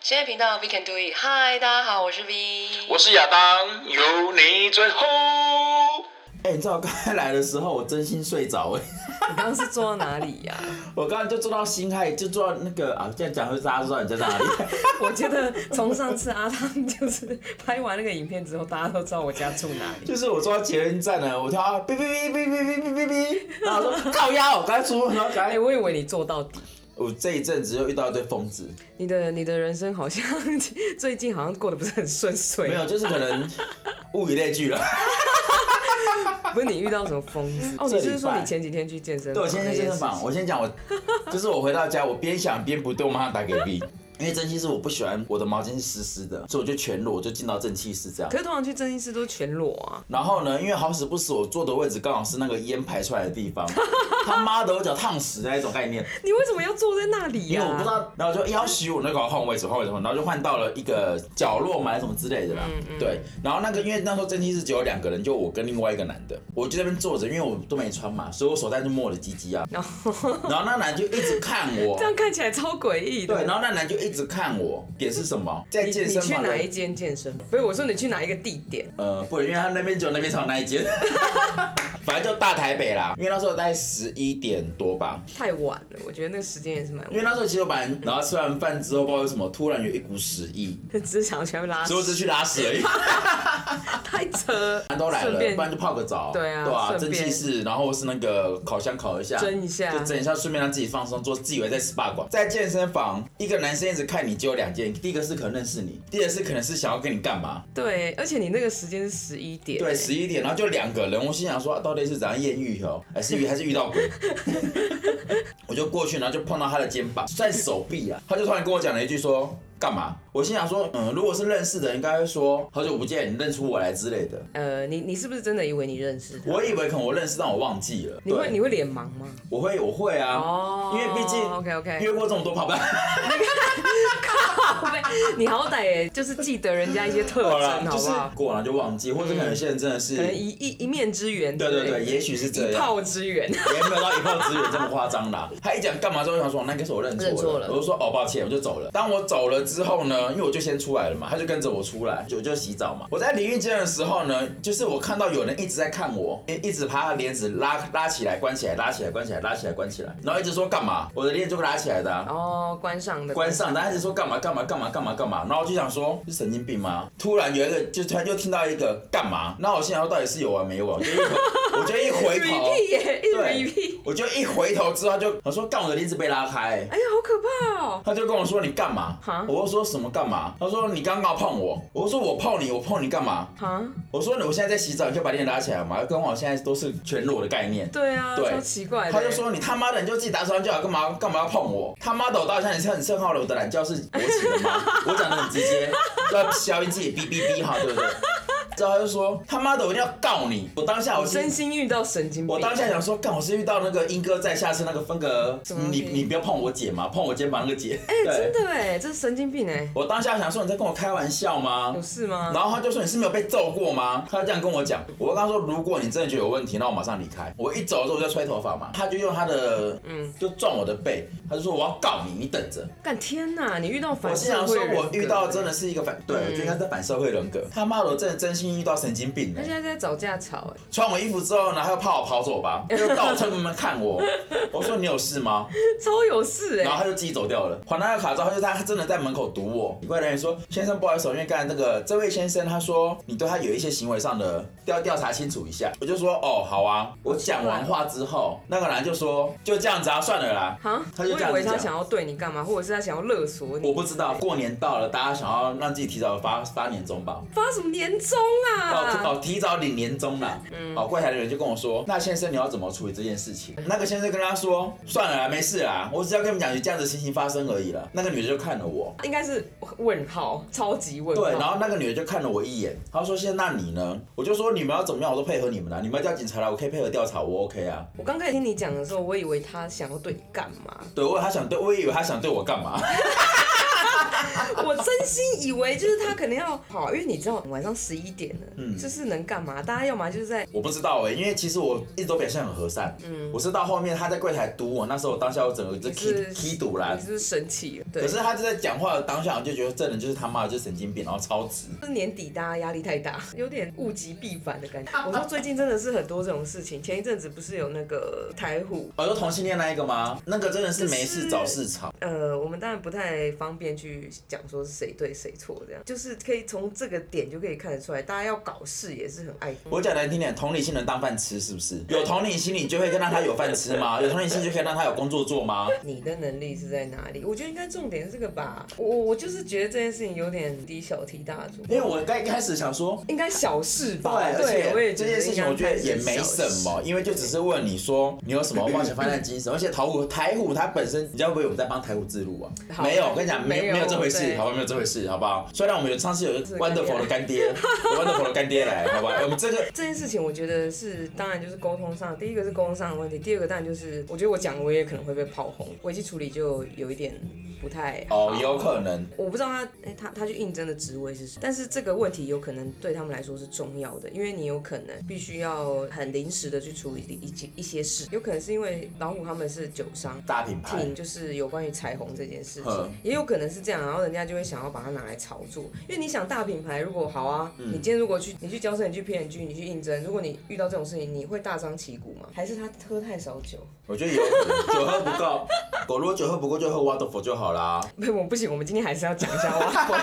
深夜频道 We Can Do It。嗨，大家好，我是 V。我是亚当，有你最后。哎、你知道我刚才来的时候，我真心睡着哎、你刚刚是坐到哪里呀、我刚才就坐到辛亥，就坐到那个啊，这样讲会大家知道你在哪里。 我觉得从上次阿汤就是拍完那个影片之后，大家都知道我家住哪里。就是我坐到捷运站了，我听到哔哔哔哔哔哔哔哔，然后我说靠腰，我刚才出门，然后赶哎、紧。我以为你坐到底。我这一阵子又遇到一堆疯子，你的你的人生好像最近好像过得不是很顺遂没，有，就是可能物以类聚了。不是你遇到什么疯 子？哦，这你礼拜是说你前几天去健身对，房？我先在健身房，。我先讲我，就是我回到家，我边想边不对，我马上打给 B，因为蒸汽室我不喜欢我的毛巾是湿湿的，所以我就全裸，我就进到蒸汽室这样可。是通常去蒸汽室都是全裸啊，然后呢，因为好死不死，我坐的位置刚好是那个烟排出来的地 方，他妈的，我脚烫死的那一种概念，你为什么要坐在那里因呀、为我不知道，然后就哎要挟我那个换位置，换位置，然后就换到了一个角落嘛，还是什么之类的啦。嗯对，然后那个因为那时候真心是只有两个人，就我跟另外一个男的，我就在那边坐着，因为我都没穿嘛，所以我手上就摸我的鸡鸡 啊，然后然后那男就一直看我这。样看起来超诡异的。对，然后那男就一直看我，点是什么？在你健你身去房哪的一间健身房？不是，我说你去哪一个地点？呃，不，因为他那边只有那边才有那一 间，反正就大台北啦。因为那时候大概十一点多吧，太晚了，我觉得那个时间也是蛮晚因为那时候其实我本来，然后吃完饭之后，不知道为什么突然有一股屎意，的，只是想要去拉屎所以。我只是去拉屎而已。太扯，都来了，顺便不然就泡个澡，对啊对啊，顺蒸便汽室，然后是那个烤箱烤一下，蒸一下就蒸一下，顺便让自己放松，做自以为在 SPA 馆，在健身房，一个男生一直看你，只有两件，第一个是可能认识你，第二个是可能是想要跟你干嘛，对，而且你那个时间是十一点，对，十一点，然后就两个人，我心想说，啊到底是怎样艳遇 哦，还是遇还是遇到鬼？ 我就过去，然后就碰到他的肩膀，算手臂啊，他就突然跟我讲了一句说。干嘛？我心想说，嗯，如果是认识的，应该会说好久不见，你认出我来之类的。呃，你你是不是真的以为你认识他？我以为可能我认识，但我忘记了。你会对你会脸盲吗？我会，我会啊，哦因为毕竟 OK，OK 约过这么多 跑吧。你好歹也就是记得人家一些特好征，啦，好就是不好？过了就忘记，或者可能有些人真的是，可能一一一面之缘之对类的，对对，也许是这一样，炮之缘。也没有到一炮之远这么夸张啦。他一讲干嘛之后，我想说那应该是我认错认错了我就说哦抱歉，我就走了。当我走了之后呢，因为我就先出来了嘛，他就跟着我出来，就我就洗澡嘛。我在淋浴间的时候呢，就是我看到有人一直在看我，一一直把他的帘子拉拉起来，关起来，拉起来，关起来，拉起来，关起来，然后一直说干嘛，我的帘子就拉起来的、啊。哦，关上的关上，然后一直说干嘛干嘛干嘛干嘛干嘛，然后我就想说是神经病吗？突然有一个，就突然又听到一个干嘛，然后我心想说到底是有完没完，我就一回我就一回 头， repeat 耶，一直对 repeat，，我就一回头之后他就我说干我的帘子被拉开，哎呀，好可怕哦！他就跟我说你干嘛哈？我就说什么干嘛？他说你刚刚碰我，我说我碰你，我碰你干嘛？啊，我说我现在在洗澡，你就把帘拉起来嘛，跟我现在都是全裸的概念。对啊，对超奇怪的。他就说：“你他妈的，你就自己打扫就好，干嘛干嘛要碰我？他妈的，我到现在你是很甚好了，我的懒觉是勃起的 吗？我讲的很直接，要消音自己哔哔哔哈，对不对？”之后他就说：“他妈的，我一定要告你！”我当下我我心真心遇到神经病，哎我当下想说，干，我是遇到那个英哥在下次那个分隔什么，东西你你不要碰我姐嘛，碰我肩膀那个姐。哎，真。的哎，这是神经病哎，我当下想说，你在跟我开玩笑吗有？事吗？然后他就说你是没有被揍过吗？他就这样跟我讲。我跟他说，如果你真的觉得有问题，那我马上离开。我一走的时候我就吹头发嘛，他就用他的嗯，就撞我的背，他就说我要告你，你等着。干天哪！你遇到我反心社想说会，人格嗯我遇到真的是一个反，对，我就应该是反社会人格。他妈的，我真的真心遇到神经病、他现欸。在在找架吵哎、穿我衣服之后，然后他又怕我跑走吧，又到我车门看我。我说你有事吗？ 超有事哎、然后他就自己走掉了。还他的卡之后，他就他真的在门口堵我。管理人员说：“先生，不好意思，因为刚才那个这位先生他说你对他有一些行为上的要调查清楚一下。”我就说：“哦，好啊。”我讲完话之后，那个男就说：“就这样子啊，算了啦。”啊！他我就这以样为他子想讲。要对你干嘛，或者是他想要勒索你。我不知道，过年到了，大家想要让自己提早发发年终吧。发什么年终哦啊？嗯哦，提早领年终啦。哦，柜台的人就跟我说，那先生你要怎么处理这件事情？那个先生跟他说，算了啦，没事啦，我只要跟你们讲有这样的情形发生而已了。那个女的就看了我，应该是问号，超级问号。对，然后那个女的就看了我一眼，她说：“现在那你呢？”我就说：“你们要怎么样，我都配合你们啦、你们要叫警察来，我可以配合调查，我 OK 啊。我刚开始听你讲的时候，我以为他想要对你干嘛，” 对，我以为她想对，我以为她想对我干嘛？我真心以为就是他可能要跑，因为你知道晚上十一点了，嗯就是能干嘛？大家要么就是在 我不知道哎、因为其实我一直都表现很和善，嗯，我是到后面他在柜台堵我，那时候我当下我整个就你是 K K 堵啦你。是不是生气了？对，可是他就在讲话的当下，我就觉得这人就是他妈的就是神经病，然后超直。就是年底大家压力太大，有点物极必反的感觉。我说最近真的是很多这种事情，前一阵子不是有那个台虎，哦，有同性恋那一个吗？那个真的是没就是事找事吵。呃，我们当然不太方便去讲说是谁对谁错，这样就是可以从这个点就可以看得出来，大家要搞事也是很爱我讲难听点，同理心能当饭吃是不是？有同理心，你就会让他有饭吃吗？有同理心就可以让他有工作做吗？你的能力是在哪里？我觉得应该重点是这个吧。我我我就是觉得这件事情有点低小题大做，因为我刚一开始想说，应该小事对，吧。而且我也这件事情我觉得也没什么，因为就只是问你说你有什么冒险犯难精神，而 且台虎台虎它本身，你知道不会我们在帮台虎自录啊？好没有，我跟你讲，没有没有没有这回事，对好吧，没有这回事，好不好？虽然我们有上次有一个是干爹 Wonderful 的干爹有，Wonderful 的干爹来，好吧， 我们这个这件事情我觉得是，当然就是沟通上，第一个是沟通上的问题，第二个当然就是，我觉得我讲我也可能会被炮轰，危机处理就有一点不太好哦，有可能我不知道他，哎、他他去应征的职位是什么，但是这个问题有可能对他们来说是重要的，因为你有可能必须要很临时的去处理一一一些事，有可能是因为老虎他们是酒商。大品牌挺就是有关于彩虹这件事情哎嗯，也有可能是这样，然后人家就会想要把它拿来炒作，因为你想大品牌如果好啊，你今天如果去你去交涉，你去 PNG，你去应征，如果你遇到这种事情，你会大张旗鼓吗？还是他喝太少酒？ 我觉得有可能酒喝不够，狗如果酒喝不够就喝 Wonderful 就好啦。 不，我不行，我们今天还是要讲一下挖矿。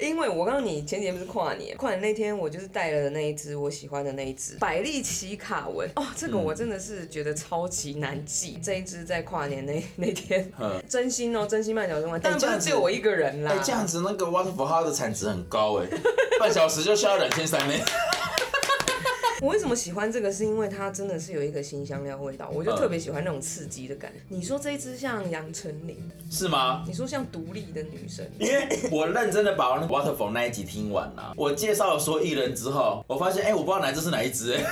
因为我告诉你，前几天不是跨年，跨年那天我就是带了那一只我喜欢的那一只百利奇卡文哦，这个嗯我真的是觉得超级难记。这一只在跨年那 那天嗯，真心哦，真心半小时玩，哎但不这是样子只有我一个人啦哎，。这样子那个 Wonderful 它的产值很高哎，半小时就需要两千三呢。我为什么喜欢这个？是因为它真的是有一个新香料味道，我就嗯特别喜欢那种刺激的感觉。你说这一只像杨丞琳，是吗？你说像独立的女生，因为我认真的把那个 Waterfall 那一集听完了、我介绍了所有艺人之后，我发现哎、我不知道哪一只是哪一只哎、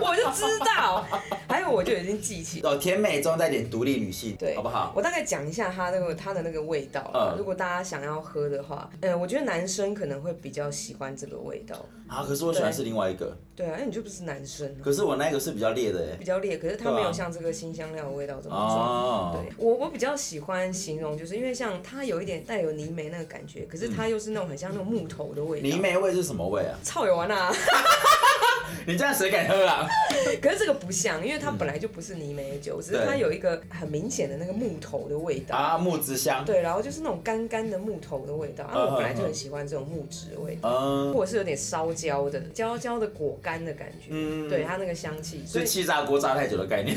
我就知道。还有，我就已经记起哦，甜美中带点独立女性，对，好不好？我大概讲一下它那个它的那个味道、嗯如果大家想要喝的话，呃，我觉得男生可能会比较喜欢这个味道。啊，可是我喜欢是另外一个，对啊，因为你就不是男生啊、可是我那个是比较烈的哎、比较烈，可是它对啊没有像这个新香料的味道这么重。哦，对我，我比较喜欢形容，就是因为像它有一点带有泥煤那个感觉，可是它又是那种很像那种木头的味嗯道。泥煤味是什么味啊？草油丸啊！ 你这样谁敢喝啊？可是这个不像，因为它本来就不是泥煤的酒，只嗯是对它有一个很明显的那个木头的味道。啊，木之香，对，然后就是那种干干的木头的味道，然啊后我本来就很喜欢这种木质的味道，嗯，或者是有点烧焦的、焦焦的果干的感觉，嗯对它那个香气，所是以气炸锅炸太久的概念。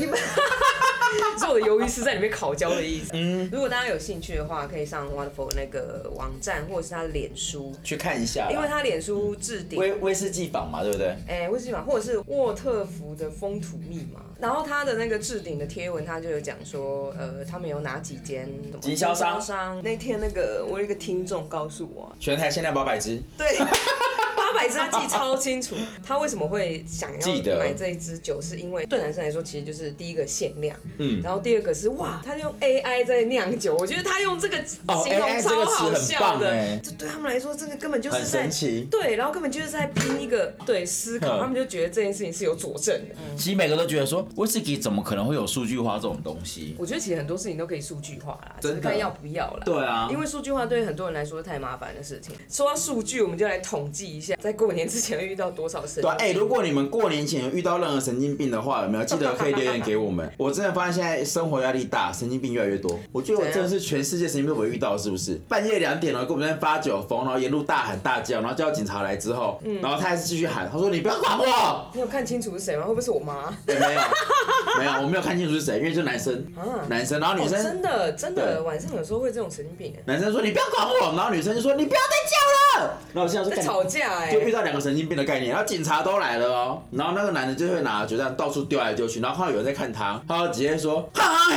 所以我的鱿鱼是在里面烤焦的意思。嗯，如果大家有兴趣的话，可以上 Wonderful 那个网站或者是他脸书， 去看一下啦，因为他脸书置顶。威威士忌坊嘛，对不对？哎，威士忌嘛，或者是沃特福的风土密码，然后他的那个置顶的贴文，他就有讲说，呃，他们有哪几间什么经销商那天那个我有一个听众告诉我啊、全台限量八百支，对， 八百只他记超清楚。他为什么会想记要得买这一支酒，是因为对男生来说，其实就是第一个限量，嗯，然后第二个是哇，他用 AI 在酿酒，我觉得他用这个哦形容 AI 这超个词好很笑棒的哎，这对他们来说，这个根本就是很在神。奇。对，然后根本就是在拼一个对思考，嗯他们就觉得这件事情是有佐证的。其实每个都觉得说威士忌怎么可能会有数据化这种东西？我觉得其实很多事情都可以数据化啦，只真是的看要不要啦。对啊因为数据化对很多人来说是太麻烦的事情。说到数据，我们就来统计一下，在过年之前会遇到多少事对啊，哎、如果你们过年前有遇到任何神经病的话，有没有记 得可以留言给我们？我真的发现现在生活压力大，神经病越来越多。我啊觉得我真的是全世界神经病我遇到，是不是？半夜两点了，跟我们在那边发酒疯，然后沿路大喊大叫，然后叫警察来之后，嗯然后他还是继续喊，他说你不要管我， 你有看清楚是谁吗？会不会是我妈？对没有。没有，我没有看清楚是谁，因为就男生，啊男生，然后女哦、生真，的真的，对晚上有时候会这种神经病哎，男生说你不要管我，然后女生就说你不要再叫了，然后我现在说在干吵架哎、对遇到两个神经病的概念，然后警察都来了哦，然后那个男的就会拿酒这样到处丢来丢去，然后看到有人在看他，他就直接说哈哈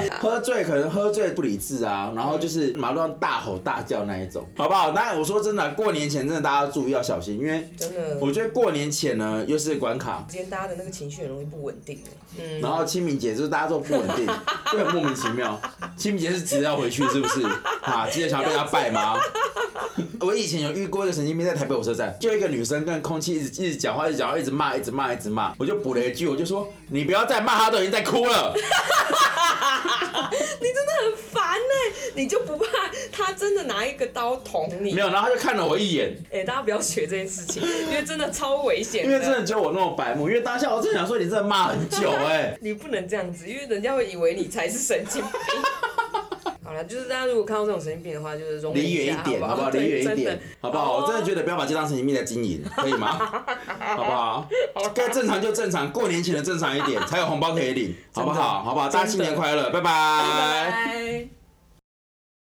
呀，喝醉可能喝醉不理智啊，然后就是马路上大吼大叫那一种，好不好？那我说真的，过年前真的大家注意要小心，因为真的，我觉得过年前呢又是关卡，今天大家的那个情绪很容易不稳定。嗯，然后清明节就是大家都不稳定， 就很莫名其妙。清明节是急着要回去是不是？啊，急着想要被他拜吗？ 我以前有遇过一个神经病，在台北火车站，就有一个女生跟空气一直一直讲话，一直讲话，一直骂，一直骂，一直骂。我就补了一句，我就说你不要再骂，她都已经在哭了。 你真的很烦呢、你就不怕他真的拿一个刀捅你？没有，然后她就看了我一眼，哎、大家不要学这件事情，因为真的超危险因的。为真的只有我那么白目，因为当下我真的想说你真的骂很久哎、你不能这样子，因为人家会以为你才是神经病。 好了，就是大家如果看到这种神经病的话，就是容忍离一远下一啊点，好不好？对离远一真的点，好不好？我真的觉得不要把这当成一面来经营，可以 吗？好不好？该正常就正常，过 年前的正常一点，才有红包可以领，好不好？好不好？大家新年快乐，拜拜拜。